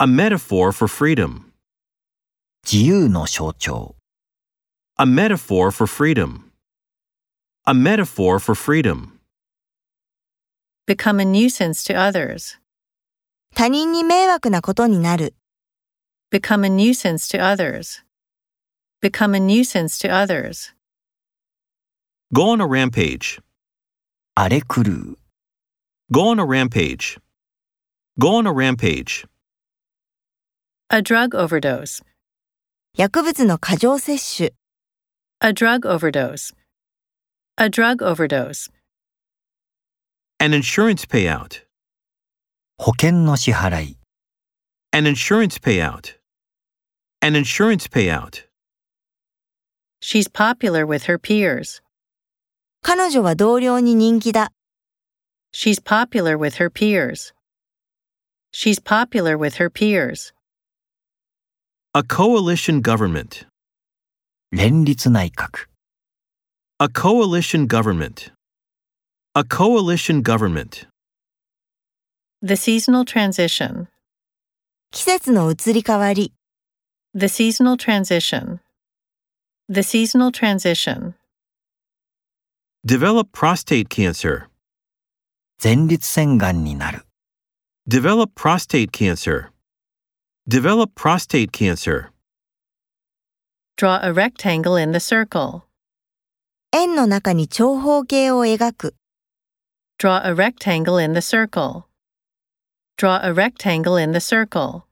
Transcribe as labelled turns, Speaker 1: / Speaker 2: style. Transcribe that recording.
Speaker 1: A metaphor for freedom.
Speaker 2: 自由の象徴
Speaker 1: A metaphor for freedom. A metaphor for freedom.
Speaker 3: become a nuisance to others,
Speaker 4: 他人に迷惑なことになる
Speaker 3: become a nuisance to others, become a nuisance to others.
Speaker 1: Go on a rampage.
Speaker 2: 荒れ狂う
Speaker 1: Go on a rampage. Go on a rampage.
Speaker 3: A drug overdose,
Speaker 4: 薬物の過剰摂取
Speaker 3: a drug overdose, a drug overdose.
Speaker 1: An insurance payout.
Speaker 2: 保険の支払い
Speaker 1: An insurance payout. An insurance payout.
Speaker 3: She's popular with her peers.
Speaker 4: 彼女は同僚に人気だ
Speaker 3: She's popular with her peers. She's popular with her peers.
Speaker 1: A coalition government.
Speaker 2: 連立内閣
Speaker 1: A coalition government. A coalition government.
Speaker 3: The seasonal transition,
Speaker 4: 季節の移り変わり
Speaker 3: the seasonal transition, the seasonal transition.
Speaker 1: Develop prostate cancer.
Speaker 2: 前立腺がんになる
Speaker 1: Develop prostate cancer. Develop prostate cancer.
Speaker 3: Draw a rectangle in the circle,
Speaker 4: 円の中に長方形を描く
Speaker 3: draw a rectangle in the circle, draw a rectangle in the circle.